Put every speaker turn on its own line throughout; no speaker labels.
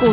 股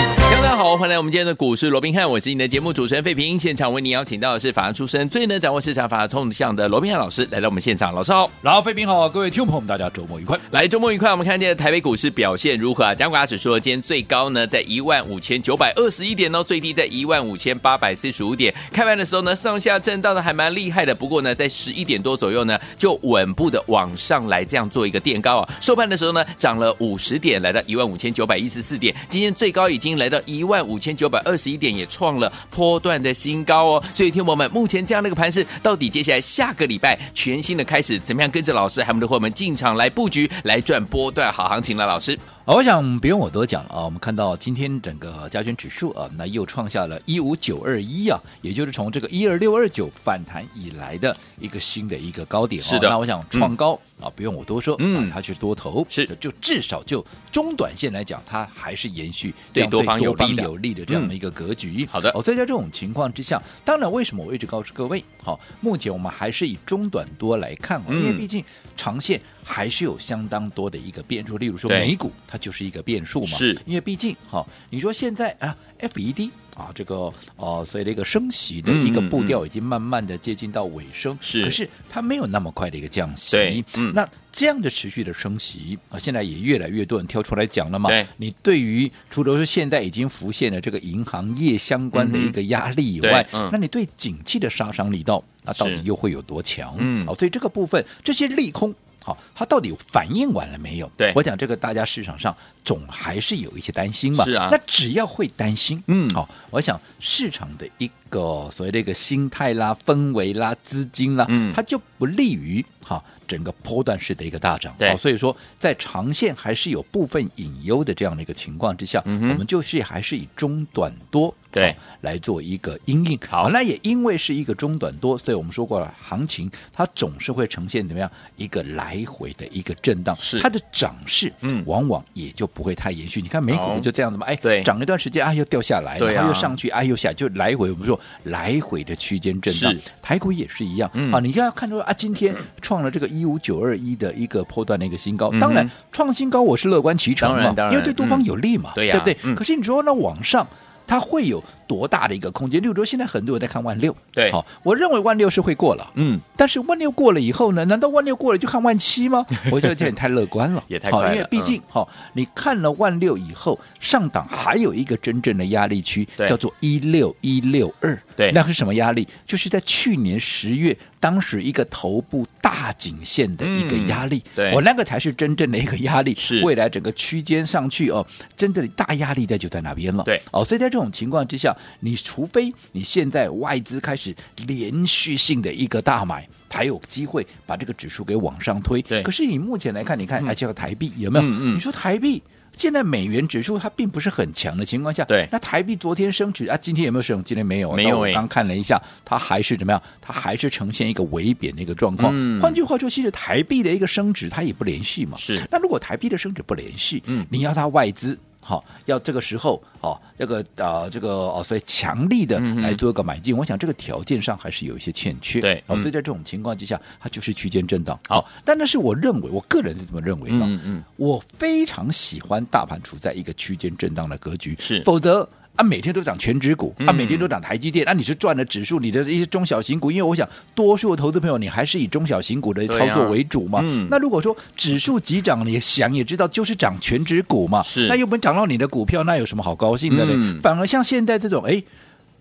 大家好，欢迎来我们今天的股市罗宾汉，我是你的节目主持人费平。现场为您邀请到的是法案出身、最能掌握市场法动向的罗宾汉老师来到我们现场，老师好。
然后，费平好，各位听众朋友们，大家周末愉快。
来，周末愉快。我们看今天的台北股市表现如何啊？加权指数今天最高呢在15,921点哦，最低在15,845点。开盘的时候呢，上下震荡的还蛮厉害的，不过呢，在11点多左右呢，就稳步的往上来这样做一个垫高啊。收盘的时候呢，涨了50点，来到15,914点。今天最高已经来到15,921点，也创了波段的新高哦。所以，听众朋友们，目前这样的一个盘势，到底接下来下个礼拜全新的开始，怎么样跟着老师还有我们的伙伴们进场来布局，来赚波段好行情了？老师，
好，啊我想不用我多讲了啊。我们看到今天整个加权指数啊，那又创下了一五九二一啊，也就是从这个一二六二九反弹以来的一个新的一个高点、哦。
是的
那我想创高、啊，不用我多说，
嗯
啊它是多头，
是
就至少就中短线来讲，它还是延续
对
这样
多
对
方有
多
利
方
的嗯
有利的这样的一个格局。
好的
哦，所以在这种情况之下，当然为什么我一直告诉各位，好、目前我们还是以中短多来看、哦，因为
嗯
毕竟长线还是有相当多的一个变数，例如说
对
美股它就是一个变数嘛，
是
因为毕竟哈、好你说现在啊，FED 啊，这个哦，所以这个升息的一个
嗯嗯
步调已经慢慢的接近到尾声，
是
可是它没有那么快的一个降息，
对嗯
那这样的持续的升息啊，现在也越来越多人挑出来讲了嘛，
对
你对于除了说现在已经浮现了这个银行业相关的一个压力以外，
嗯对嗯
那你对景气的杀伤力道，那到底
是
又会有多强？
嗯
好，所以这个部分这些利空。好，它到底反应完了没有？
对
我讲这个，大家市场上总还是有一些担心嘛。
是啊
那只要会担心，
嗯
好、我想市场的一个所谓的一个心态啦、氛围啦、资金啦，
嗯
它就不利于哈、整个波段式的一个大涨。
对
好所以说在长线还是有部分隐忧的这样的一个情况之下，
嗯哼
我们就是还是以中短多
对
好来做一个阴应。好，那也因为是一个中短多，所以我们说过了，行情它总是会呈现怎么样一个来回的一个震荡，
是
它的涨势，
嗯
往往也就不会太延续。你看美股
好
不就这样的吗？哎，
对
涨一段时间啊又掉下来，
对啊
然后又上去啊又下，就来回我们说来回的区间震荡
是。
台股也是一样、
嗯
啊，你要看出啊，今天创了这个一五九二一的一个波段的一个新高，
嗯哼
当然创新高我是乐观其成
当然
嘛
当，然
因为对多方
嗯
有利嘛，
对呀
不对？
嗯
可是你说那往上它会有多大的一个空间？例如说，现在很多人在看万六，
对
好、我认为万六是会过了。
嗯，
但是万六过了以后呢？难道万六过了就看万 七吗？我觉得这也太乐观了，
也太
好
快了嗯
因为毕竟哈、你看了万六以后，上档还有一个真正的压力区，
对
叫做一六一六二。
对
那是什么压力？就是在去年十月，当时一个头部大颈线的一个压力。
嗯对
我那个才是真正的一个压力。
是
未来整个区间上去哦，真的大压力在就在那边了。
对
哦，所以在这种情况之下，你除非你现在外资开始连续性的一个大买，才有机会把这个指数给往上推。
对嗯
可是以目前来看，你看，而且有台币有没有？
嗯嗯
你说台币。现在美元指数它并不是很强的情况下，
对
那台币昨天升值啊，今天有没有升？今天没有，
没有
那我
欸
刚看了一下，它还是怎么样？它还是呈现一个微贬的一个状况。
嗯
换句话说，其实台币的一个升值它也不连续嘛。
是
那如果台币的升值不连续，
嗯
你要它外资。好、要这个时候，好、这个呃，这个哦，所以强力的
嗯哼
来做一个买进，我想这个条件上还是有一些欠缺。
对
哦，
嗯
所以在这种情况之下，它就是区间震荡。
好
哦，但那是我认为，我个人是这么认为的。
嗯嗯
我非常喜欢大盘处在一个区间震荡的格局，
是
否则。啊，每天都涨全指股，啊，
嗯
每天都涨台积电，啊，你是赚了指数，你的一些中小型股，因为我想，多数投资朋友你还是以中小型股的
对啊
操作为主嘛。
嗯
那如果说指数急涨，你想也知道就是涨全指股嘛。
是
那又不涨到你的股票，那有什么好高兴的呢？
嗯
反而像现在这种，哎。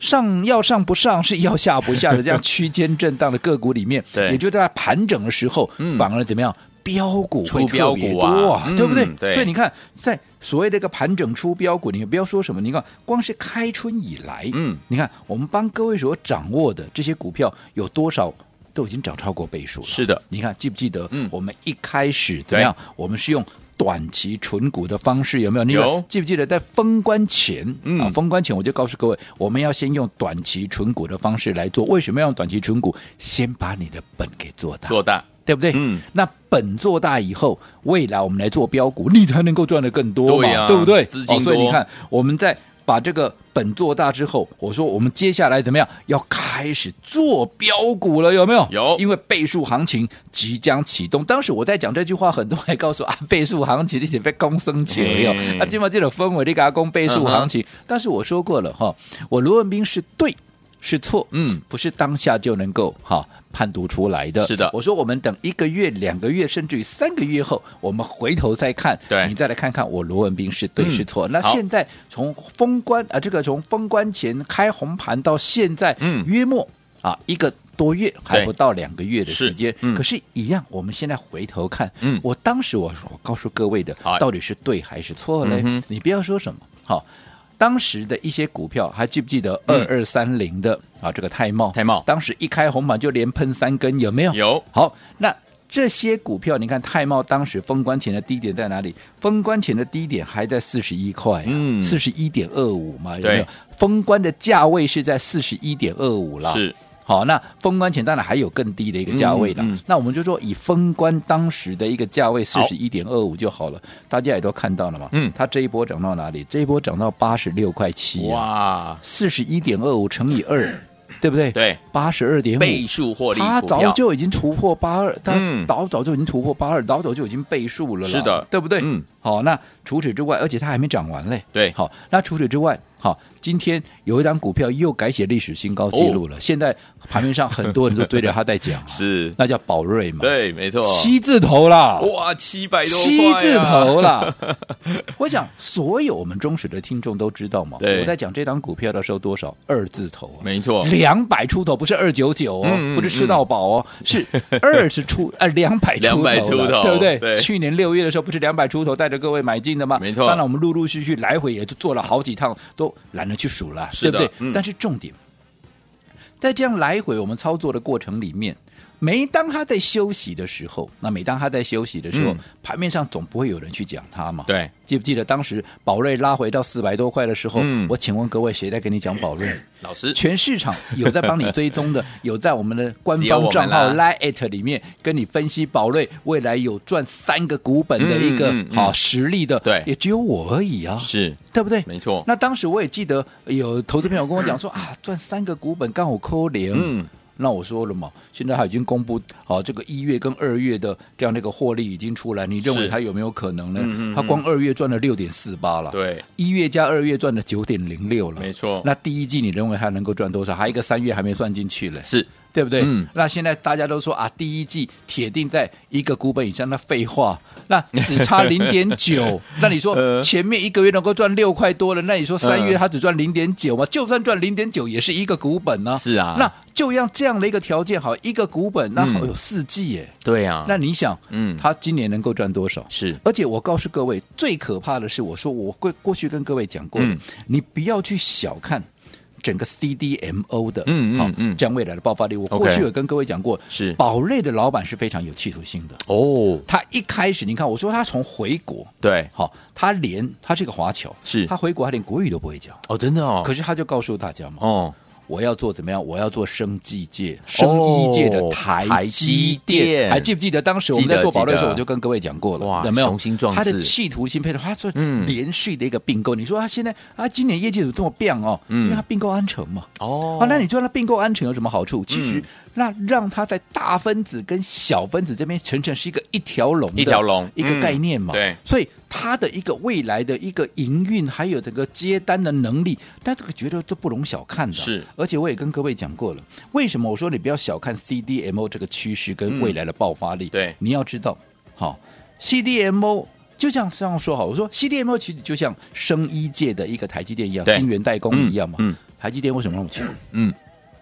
上要上不上是要下不下的这样区间震荡的个股里面，
对
也就在盘整的时候，
嗯
反而怎么样？标股会
出标股
特别
啊
多啊，
嗯
对不对？
对
所以你看，在所谓的一个盘整出标股，你不要说什么，你看光是开春以来，
嗯，
你看我们帮各位所掌握的这些股票有多少？都已经涨超过倍数了。
是的，
你看记不记得？
嗯
我们一开始怎么样？我们是用短期存股的方式，有没有？你
有
记不记得在封关前、
嗯
啊？封关前我就告诉各位，我们要先用短期存股的方式来做。为什么要用短期存股？先把你的本给做大。
做大，
对不对？
嗯，
那本做大以后，未来我们来做标股，你才能够赚得更多嘛，
对呀
不对？
资金
哦所以
多
你看，我们在把这个本做大之后，我说我们接下来怎么样？要开始做标股了，有没有？
有
因为倍数行情即将启动。当时我在讲这句话，很多人还告诉我啊，倍数行情你是被公升起了哟
嘿，嗯
啊，今晚这种氛围你给他攻倍数行情。但是我说过了哈，我罗文斌是对是错，
嗯，
不是当下就能够哈判读出来的。
是的
我说我们等一个月、两个月，甚至于三个月后，我们回头再看，
对
你再来看看我罗文斌是对
嗯
是错。那
好
现在从封关啊、这个从封关前开红盘到现在，
嗯
约莫啊一个。多月还
对
不到两个月的
是
时间，
嗯
可是，一样，我们现在回头看，
嗯
我当时我我告诉各位的
好，
到底是对还是错嘞？
嗯哼
你不要说什么，好、当时的一些股票，还记不记得二
嗯
二三零的、啊？这个泰茂，
泰茂
当时一开红盘就连喷三根，有没有？。
有，
好，那这些股票，你看泰茂当时封关前的低点在哪里？封关前的低点还在四十一块、啊，
嗯
四十一点二五嘛，有没
对
有？封关的价位是在四十一点二五了，
是
好，那封关前当然还有更低的一个价位了。
嗯嗯
那我们就说以封关当时的一个价位四十一点二五就好了，大家也都看到了嘛。
嗯
它这一波涨到哪里？这一波涨到八十六块七、啊，
哇，
四十一点二五乘以二，对不对？，
对，
八十二点五。
倍数获利
它
股
哎早
票，
就已经突破八二，
嗯
它早早就已经突破八二，早早就已经倍数了啦，
是的
对不对？
嗯，
好，那除此之外，而且它还没涨完嘞，
对，
好，那除此之外，好，今天有一张股票又改写历史新高记录了，现在盘面上很多人都追着它在讲、
哦
啊
是，
那叫宝瑞嘛，，
对，哦哎没错，
七字头啦，
哇，七百多、
七字，头啦！ 我想，所有我们忠实的听众都知道嘛。
对
我在讲这档股票的时候，多少二字头啊？
没错，
两百出头，不是二九九哦，
哦嗯嗯
不是吃到饱哦，是二十 出呃两百出头
200
了，
出头
对不对？
对
去年六月的时候不是两百出头带着各位买进的吗？
没错
当然我们陆陆续续来回也就做了好几趟，都懒得去数了，
是
对
的
不对？
嗯
但是重点，在这样来回我们操作的过程里面。每当他在休息的时候，那每当他在休息的时候，
嗯
盘面上总不会有人去讲他嘛？
对，
记不记得当时宝瑞拉回到四百多块的时候，
嗯
我请问各位，谁在跟你讲宝瑞？
老师，
全市场有在帮你追踪 的，有在我们的官
只有我
方
们
账号
啦
Line at 里面跟你分析宝瑞未来有赚三个股本的一个啊、
嗯嗯嗯
实力的，
对
也只有我而已啊，
是
对不对？
没错，
那当时我也记得有投资朋友跟我讲 说啊，赚三个股本刚好扣零。
嗯
那我说了嘛，现在他已经公布好、这个一月跟二月的这样的一个获利已经出来，你认
是
为它有没有可能呢？
嗯嗯嗯
它光二月赚了六点四八了，
对，
一月加二月赚了九点零六了，
没错
那第一季你认为它能够赚多少？还有一个三月还没算进去嘞，
是
对不对？
嗯
那现在大家都说啊，第一季铁定在一个股本以上，那废话，那只差零点 九，那你
呃
说前面一个月能够赚六块多了，那你说三月
嗯
它只赚零点九嘛？就算赚零点九，也是一个股本呢、
是啊，
那就让这样的一个条件好，一个股本那好
嗯
有四季耶。
对啊，
那你想，
嗯
它今年能够赚多少？
是
而且我告诉各位，最可怕的是，我说我过过去跟各位讲过的，
嗯
你不要去小看整个 CDMO 的，
嗯嗯
好
嗯
这样未来的爆发力。我
OK
过去有跟各位讲过，
是
宝瑞的老板是非常有企图心的。
哦，
他一开始，你看，我说他从回国，
对，
好，他连他是个华侨，
是
他回国他连国语都不会讲，
哦，真的哦，
可是他就告诉大家嘛，
哦，
我要做怎么样？我要做生技界、生医界的台积
台积电
电，还记不记得当时我们在做保
记
利
得
的时候，我就跟各位讲过
哇
了，有没有？
雄心壮志
他的企图心配合，他说
嗯
连续的一个并购。你说他现在啊，今年业绩怎么这么变哦？
嗯
因为他并购安诚嘛。
哦，
啊，那你说那并购安诚有什么好处？其实
嗯
那让它在大分子跟小分子这边层层是一个一条龙的
一条龙
一个概念嘛。
嗯对
所以它的一个未来的一个营运，还有整个接单的能力，那这个绝对都不容小看的。
是，
而且我也跟各位讲过了，为什么我说你不要小看 CDMO 这个趋势跟未来的爆发力？
嗯对
你要知道，好、CDMO。就像这样说好，我说 CDMO 其实就像生医界的一个台积电一样，
对
晶圆代工一样嘛。
嗯嗯
台积电为什么那么强？
嗯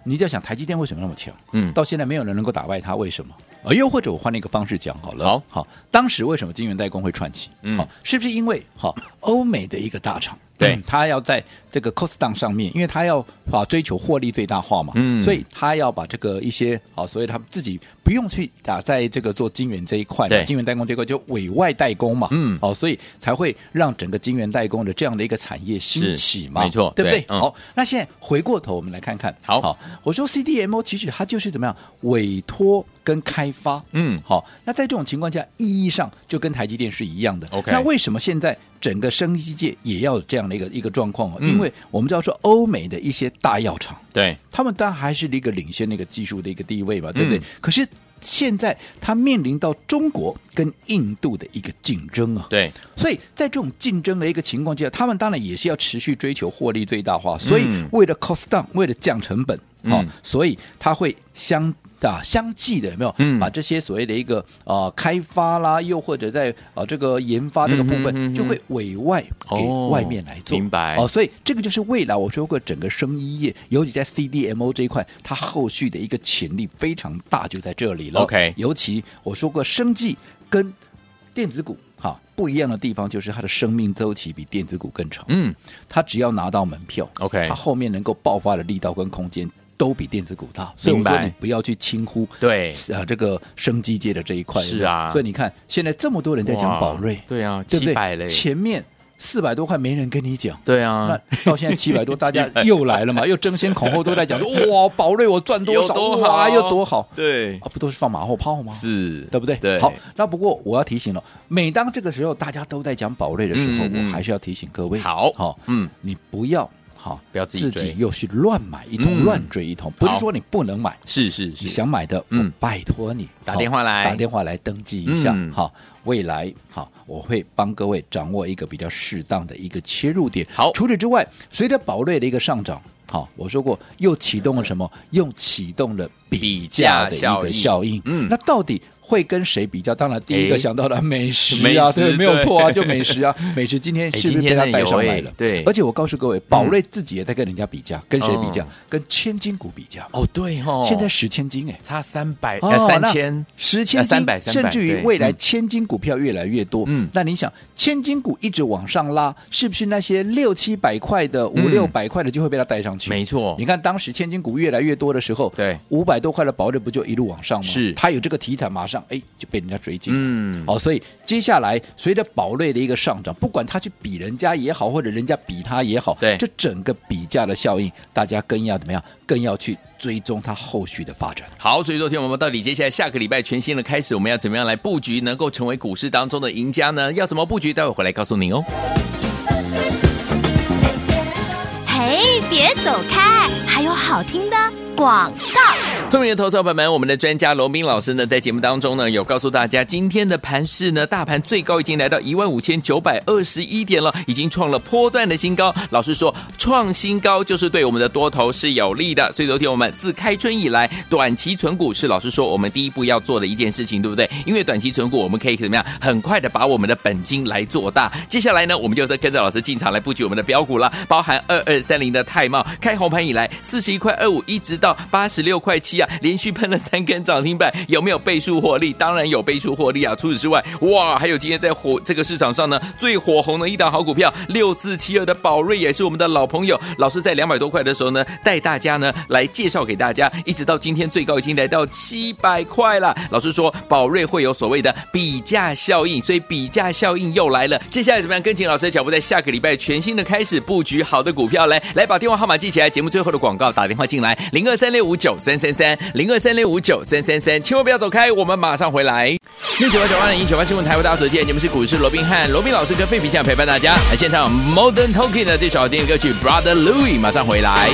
你就要想台积电为什么那么强？
嗯哎
到现在没有人能够打败它，为什么？呃，又或者我换一个方式讲好了。
好
当时为什么晶圆代工会串起？
嗯
好、是不是因为好、欧美的一个大厂，
对
嗯它要在这个 cost down 上面，因为它要啊追求获利最大化嘛，
嗯
所以它要把这个一些啊，所以他们自己不用去打在这个做晶圆这一块嘛
对，
晶圆代工这一块就委外代工嘛，
嗯
哦，所以才会让整个晶圆代工的这样的一个产业
是
兴起嘛，
没错
对不
对
对？
嗯
好。好那现在回过头，我们来看看。
好
我说 CDMO 其实它就是怎么样委托跟开发，
嗯
好，那在这种情况下，意义上就跟台积电是一样的。
OK
那为什么现在整个生意界也要有这样的一个一个状况哦？
嗯
因为我们知道说，欧美的一些大药厂，
对，
他们当然还是一个领先的一个技术的一个地位嘛，对不对？
嗯
可是现在它面临到中国跟印度的一个竞争啊，
对，
所以在这种竞争的一个情况之下，他们当然也是要持续追求获利最大化，所以为了 cost down，为了降成本，
嗯
好、所以它会相。啊，相继的有没有、
嗯
把这些所谓的一个呃开发啦，又或者在呃这个研发这个部分，
嗯哼嗯哼
就会委外给
哦
外面来做，
明白
哦，所以这个就是未来我说过整个生医业，尤其在 CDMO 这一块，它后续的一个潜力非常大，就在这里了。
OK
尤其我说过，生技跟电子股哈不一样的地方，就是它的生命周期比电子股更长。
嗯哎
它只要拿到门票
OK
它后面能够爆发的力道跟空间都比电子股大。所以我
明白
说你不要去轻忽
对
呃这个生技界的这一块。
是啊
所以你看现在这么多人在讲
哇
宝瑞，
对啊，
对不
七百嘞
对？，前面四百多块没人跟你讲。
对啊，
那到现在七百多，大 家又来了嘛，又争先恐后都在讲说，哇，宝瑞我赚多
有
少，
多好
哇，又多好
对
啊，，不都是放马后炮吗？
是，
对不对？
对，
好，，那不过我要提醒了，每当这个时候大家都在讲宝瑞的时候，
嗯嗯
我还是要提醒各位，
好
好、
嗯，
你不要好、
不要自己追
又是乱买一通，
嗯
乱追一通，不
好
是说你不能买，
是是
你
是，
想买的，
嗯
嗯，拜托你
打
好
电话来
打电话来登记一下
嗯。
好，未来好，我会帮各位掌握一个比较适当的一个切入点。
好
除此之外，随着宝瑞的一个上涨。好，我说过，又启动了什么？又启动了比价的一个
比价效益
效应。
嗯
那到底会跟谁比较？当然，第一个
哎
想到的美食
美
啊，
食
对，没有
对
错啊，就美食 啊，美食今天
哎
是
今
不是被
天
他
呢
带上
有哎
来了？
对
而且我告诉各位，宝瑞自己也在跟人家比价，跟谁比价
嗯？
跟千金股比价。
哦对哦，
现在十千金哎，
差三百呃三千
十千
呃
金，
300
甚至于
对
未来
嗯
千金股票越来越多。
嗯
那你想，千金股一直往上拉，是不是那些六七百块的、五
嗯
六百块的就会被它带上去？
没错
你看当时千金股越来越多的时候，
对，
五百多块的保证不就一路往上吗？
是
它有这个题材，马上哎就被人家追进。
嗯
好、所以接下来随着宝瑞的一个上涨，不管他去比人家也好，或者人家比他也好，
对
这整个比价的效应，大家更要怎么样？更要去追踪它后续的发展。
好，所以昨天我们到底接下来下个礼拜全新的开始，我们要怎么样来布局，能够成为股市当中的赢家呢？要怎么布局？待会回来告诉您哦。
嘿，别走开，还有好听的广告。
聪明的投资者朋友们，我们的专家罗斌老师呢，在节目当中呢，有告诉大家，今天的盘市呢，大盘最高已经来到一万五千九百二十一点了，已经创了波段的新高。老师说，创新高就是对我们的多头是有利的。所以昨天我们自开春以来，短期存股是老师说我们第一步要做的一件事情，对不对？因为短期存股，我们可以怎么样，很快的把我们的本金来做大。接下来呢，我们就再跟着老师进场来布局我们的标股了，包含二二三零的泰茂，开红盘以来四十一块二五，一直到八十六块七啊，连续喷了三根涨停板，有没有倍数获利？啊当然有倍数获利啊！除此之外，哇，还有今天在火这个市场上呢，最火红的一档好股票六四七二的宝瑞也是我们的老朋友，老师在两百多块的时候呢，带大家呢来介绍给大家，一直到今天最高已经来到七百块了。老师说宝瑞会有所谓的比价效应，所以比价效应又来了。接下来怎么样跟紧老师的脚步，在下个礼拜全新的开始布局好的股票嘞？来把电话号码记起来，节目最后的广告打电话进来，零二三六五九三三三，零二三六五九三三三，千万不要走开，我们马上回来。六九八九八零一九八新闻台，为大家所见，节目是股市罗宾汉，罗宾老师跟费皮酱陪伴大家。来，现场 Modern Talking 的这首好听的歌曲《Brother Louis》，马上回来。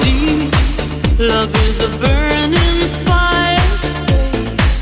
deep. Love is a burning fire. Stay.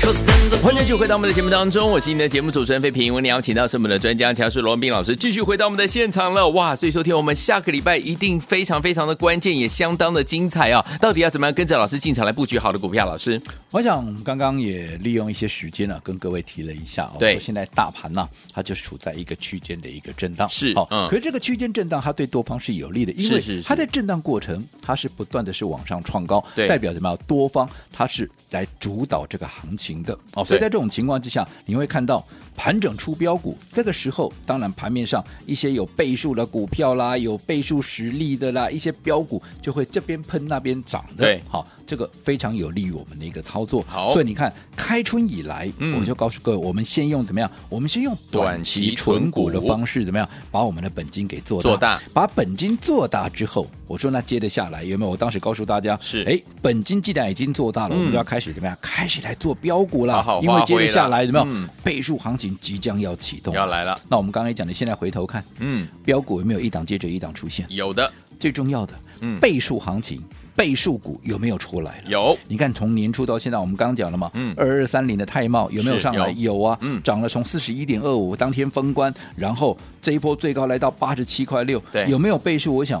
Cause then the
欢迎继续回到我们的节目当中，我是你的节目主持人费平。我们邀请到是我们的专家强势罗文斌老师，继续回到我们的现场了。哇，所以说听我们下个礼拜一定非常非常的关键，也相当的精彩啊！到底要怎么样跟着老师进场来布局好的股票？老师，
我想刚刚也利用一些时间呢、啊跟各位提了一下哦，
对
说现在大盘呢、它就是处在一个区间的一个震荡，
是
哦，
嗯
可是这个区间震荡它对多方是有利的，因为
是是是
它在震荡过程它是不断的是往上创高，
对
代表什么？多方它是来主导这个行情的哦，所以在这种情况之下，你会看到。盘整出标股，这个时候当然盘面上一些有倍数的股票啦，有倍数实力的啦，一些标股就会这边喷那边涨的。
对
好，这个非常有利于我们的一个操作。
好
所以你看开春以来，
嗯
我就告诉各位，我们先用怎么样？我们先用
短
短
期
期
存
存
股
股的方式怎么样？把我们的本金给做
做大
把本金做大之后，我说那接着下来有没有？我当时告诉大家
是
哎，本金既然已经做大了，
嗯
我
哦
们就要开始怎么样？开始来做标
好
股了，
好
因为接
发挥了
着下来怎么样？
嗯
倍数行情即将要启动，
要来了，
那我们刚才讲的，现在回头看，
嗯，
标股有没有一档接着一档出现？
有的
最重要的，
嗯
倍数行情、倍数股有没有出来了？
有，
你看，从年初到现在，我们刚刚讲了嘛，
嗯
二二三零的泰茂有没有
是
上来？
有
啊，
嗯
涨了从四十一点二五当天封关，然后这一波最高来到八十七块六，
对
有没有倍数？我想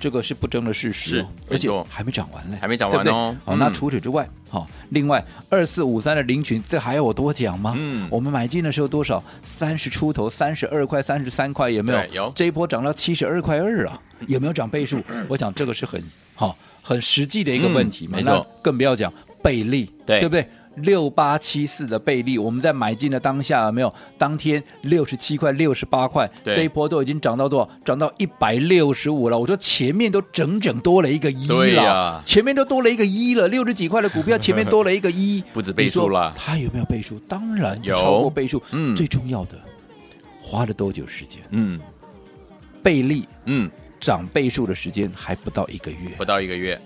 这个是不争的事实哦、
是
而且
没错
还没涨完嘞，
还没涨完
对不对
哦
好，那
嗯
除此之外，好、另外二四五三的林群，这还要我多讲吗？
嗯
我们买进的时候多少？三十出头，三十二块，三十三块，有没有
对？有嗯
这一波涨到七十二块二啊，有没有涨倍数？我想这个是很好、很实际的一个问题嘛。
嗯没
那
错
更不要讲倍利，
对
对不对？六八七四的倍利，我们在买进的当下有没有？当天六十七块、六十八块，
对
这一波都已经涨到多少？涨到一百六十五了。我说前面都整整多了一个一
对
了，
呀
前面都多了一个一了，六十几块的股票前面多了一个一，
不止倍数了
你说它有没有倍数？当然
有
超过倍数。
嗯
最重要的，花了多久时间？
嗯
倍利
嗯，
涨倍数的时间还不到一个月，
不到一个月，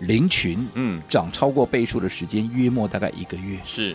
林群
嗯，
涨超过倍数的时间约莫大概一个月，
是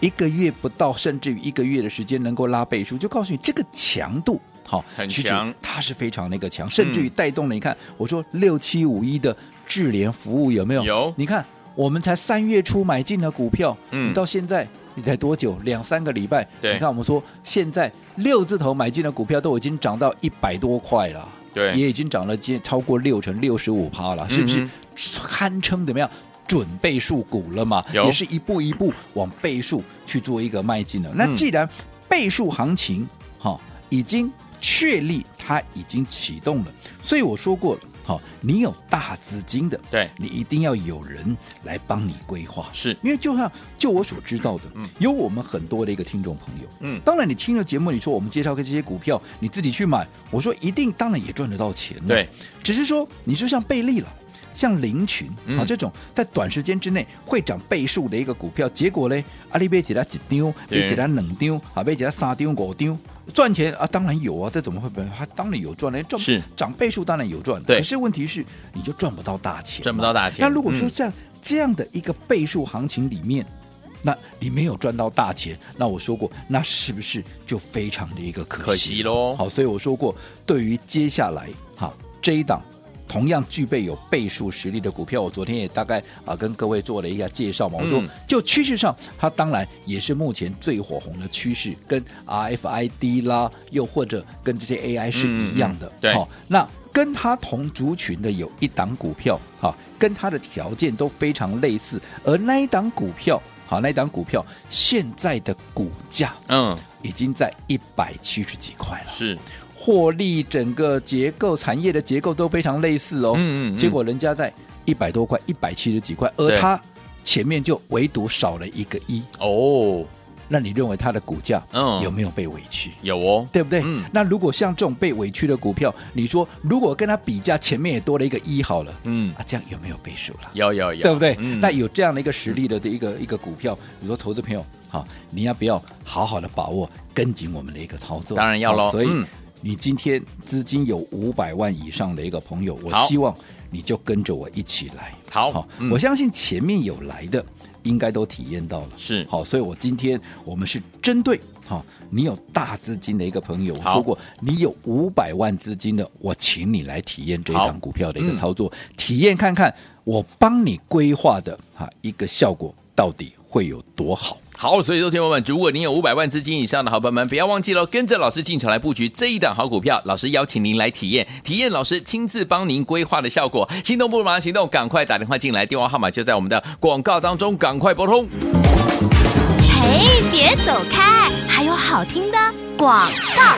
一个月不到，甚至于一个月的时间能够拉倍数，就告诉你这个强度。好，
很
其实
强嗯
它是非常那个强，甚至于带动了。你看，我说六七五一的智联服务有没有？
有
你看，我们才三月初买进的股票，
嗯
你到现在你才多久？两三个礼拜。
对
你看我们说现在六字头买进的股票都已经涨到一百多块了。
对，
也已经涨了接超过六成六十五趴了，是不
嗯
是堪称怎么样？准备数股了嘛，
有
也是一步一步往倍数去做一个迈进了。那
嗯
既然倍数行情哈、已经确立，它已经启动了，所以我说过了，好、你有大资金的，
对
你一定要有人来帮你规划，
是
因为就像就我所知道的，
嗯
有我们很多的一个听众朋友，
嗯
当然你听了节目，你说我们介绍给这些股票，你自己去买，我说一定，当然也赚得到钱了，
对，
只是说你说像贝利了。像林群
嗯
啊这种在短时间之内会涨倍数的一个股票，结果呢，阿里贝给它一丢，
对
贝给它两丢，啊贝给它三丢五丢，赚钱啊当然有啊，这怎么会不？它当然有赚嘞，赚
是
涨倍数当然有赚，
对
可是问题是你就赚不到大钱嘛，
赚不到大钱
那如果说
嗯
像这样的一个倍数行情里面，那你没有赚到大钱，那我说过，那是不是就非常的一个可惜
可惜喽
好，所以我说过，对于接下来好这一档。同样具备有倍数实力的股票，我昨天也大概啊跟各位做了一下介绍嘛。我说
嗯，
就趋势上，它当然也是目前最火红的趋势，跟 RFID 啦，又或者跟这些 AI 是一样的
嗯嗯。对
好那跟它同族群的有一档股票，哈，跟它的条件都非常类似，而那一档股票，好，那一档股票现在的股价
嗯，
已经在一百七十几块了，
是
获利整个结构产业的结构都非常类似哦，
嗯嗯嗯
结果人家在一百多块，一百七十几块，
对
而它前面就唯独少了一个一，
哦，
那你认为它的股价
嗯
有没有被委屈？
有哦，
对不对？
嗯
那如果像这种被委屈的股票，你说如果跟它比价，前面也多了一个一好了，
嗯，
啊，这样有没有倍数了？
有有有，
对不对？
嗯
那有这样的一个实力的的一个、一个股票，你说投资朋友，好，你要不要好好的把握，跟紧我们的一个操作？
当然要咯
好所以、
嗯
你今天资金有五百万以上的一个朋友，我
好
希望你就跟着我一起来。
好嗯
我相信前面有来的，应该都体验到了。
是
好，所以我今天我们是针对。好，你有大资金的一个朋友，我
好
说过，你有五百万资金的，我请你来体验这一
好
档股票的一个
嗯
操操作，体验看看我帮你规划的啊一个效果到底会有多好。
好，所以说，听友们，如果您有五百万资金以上的好朋友们，不要忘记了跟着老师进场来布局这一档好股票。老师邀请您来体验，体验老师亲自帮您规划的效果。心动不如马上行动，赶快打电话进来，电话号码就在我们的广告当中，赶快拨通。
嘿，别走开，还有好听的广。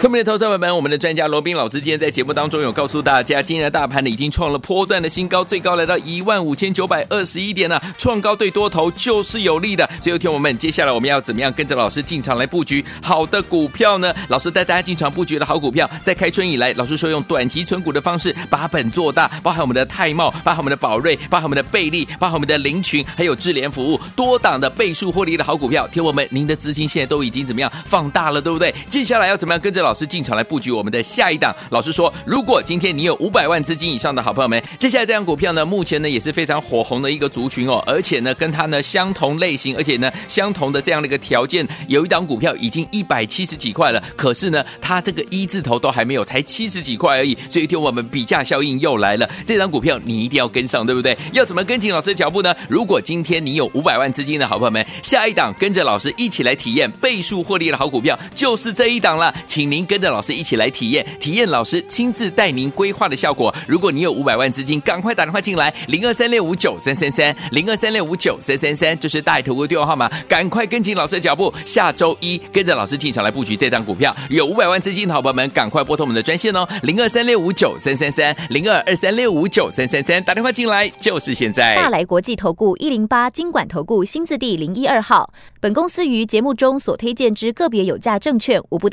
聪明的投资者们，我们的专家罗斌老师今天在节目当中有告诉大家，今天的大盘呢已经创了波段的新高，最高来到一万五千九百二十一点呢、创高对多头就是有利的。所以，听我们，接下来我们要怎么样跟着老师进场来布局好的股票呢？老师带大家进场布局的好股票，在开春以来，老师说用短期存股的方式把本做大，包含我们的泰茂，包含我们的宝瑞，包含我们的贝利，包含我们的林群，还有智联服务多档的倍数获利的好股票。听我们，您的资金现在都已经怎么样放大了，对不对？接下来要怎么样跟着老师进场来布局我们的下一档？老师说，如果今天你有五百万资金以上的好朋友们，接下来这档股票呢，目前呢也是非常火红的一个族群哦，而且呢跟它呢相同类型，而且呢相同的这样的一个条件，有一档股票已经一百七十几块了，可是呢它这个一字头都还没有，才七十几块而已，所以听我们比价效应又来了，这档股票你一定要跟上，对不对？要怎么跟紧老师的脚步呢？如果今天你有五百万资金的好朋友们，下一档跟着老师一起来体验倍数获利的好股票，就是这一档啦，请您跟着老师一起来体验，体验老师亲自带您规划的效果。如果你有五百万资金，赶快打电话进来，零二三六五九三三三，零二三六五九三三三，这是大头哥电话号码，赶快跟紧老师的脚步，下周一跟着老师进场来布局这档股票。有五百万资金的好朋友们，赶快拨通我们的专线哦，零二三六五九三三三，零二二三六五九三三三，打电话进来就是现在。
大来国际投顾一零八金管投顾新字第零一二号。本公司于节目中所推荐之个别有价证券，无不